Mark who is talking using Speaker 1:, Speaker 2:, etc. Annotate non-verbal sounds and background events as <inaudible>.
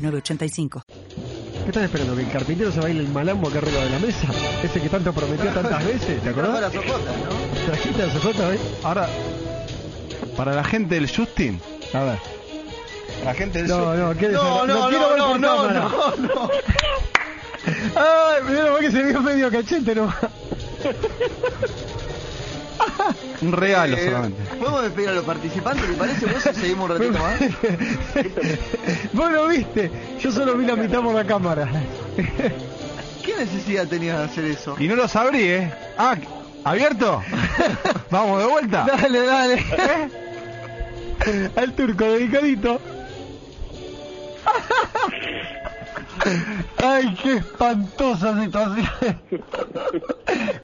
Speaker 1: 985.
Speaker 2: ¿Qué estás esperando? ¿Que el carpintero se baile el malambo acá arriba de la mesa? Ese que tanto prometió tantas veces, ¿te acordás?
Speaker 3: <laughs>
Speaker 4: Para Socota, ¿no?
Speaker 2: Trajiste a Socota, ¿ves?
Speaker 3: Ahora, para la gente del Justin,
Speaker 2: A ver.
Speaker 3: la gente del
Speaker 2: No,
Speaker 3: Justin.
Speaker 2: no, ¿qué
Speaker 4: No,
Speaker 2: desagra- lo
Speaker 4: no,
Speaker 2: quiero
Speaker 4: no,
Speaker 2: ver
Speaker 4: no,
Speaker 2: por
Speaker 4: no,
Speaker 2: cámara.
Speaker 4: no, no.
Speaker 2: <laughs> Ay, primero que se vio medio cachete nomás.
Speaker 3: <laughs> Un
Speaker 2: Ah,
Speaker 3: regalo
Speaker 4: Eh,
Speaker 3: solamente.
Speaker 4: ¿Podemos despedir a los participantes? ¿Te parece vos o seguimos
Speaker 2: <laughs>
Speaker 4: un ratito más?
Speaker 2: Vos lo viste, yo solo vi la mitad por la cámara.
Speaker 4: ¿Qué necesidad tenías de hacer eso?
Speaker 3: Y no los abrí, ¿eh? Ah,
Speaker 2: <laughs>
Speaker 3: ¿abierto? Vamos, de vuelta.
Speaker 2: Dale, dale. Al turco dedicadito. Ay, qué espantosa situación.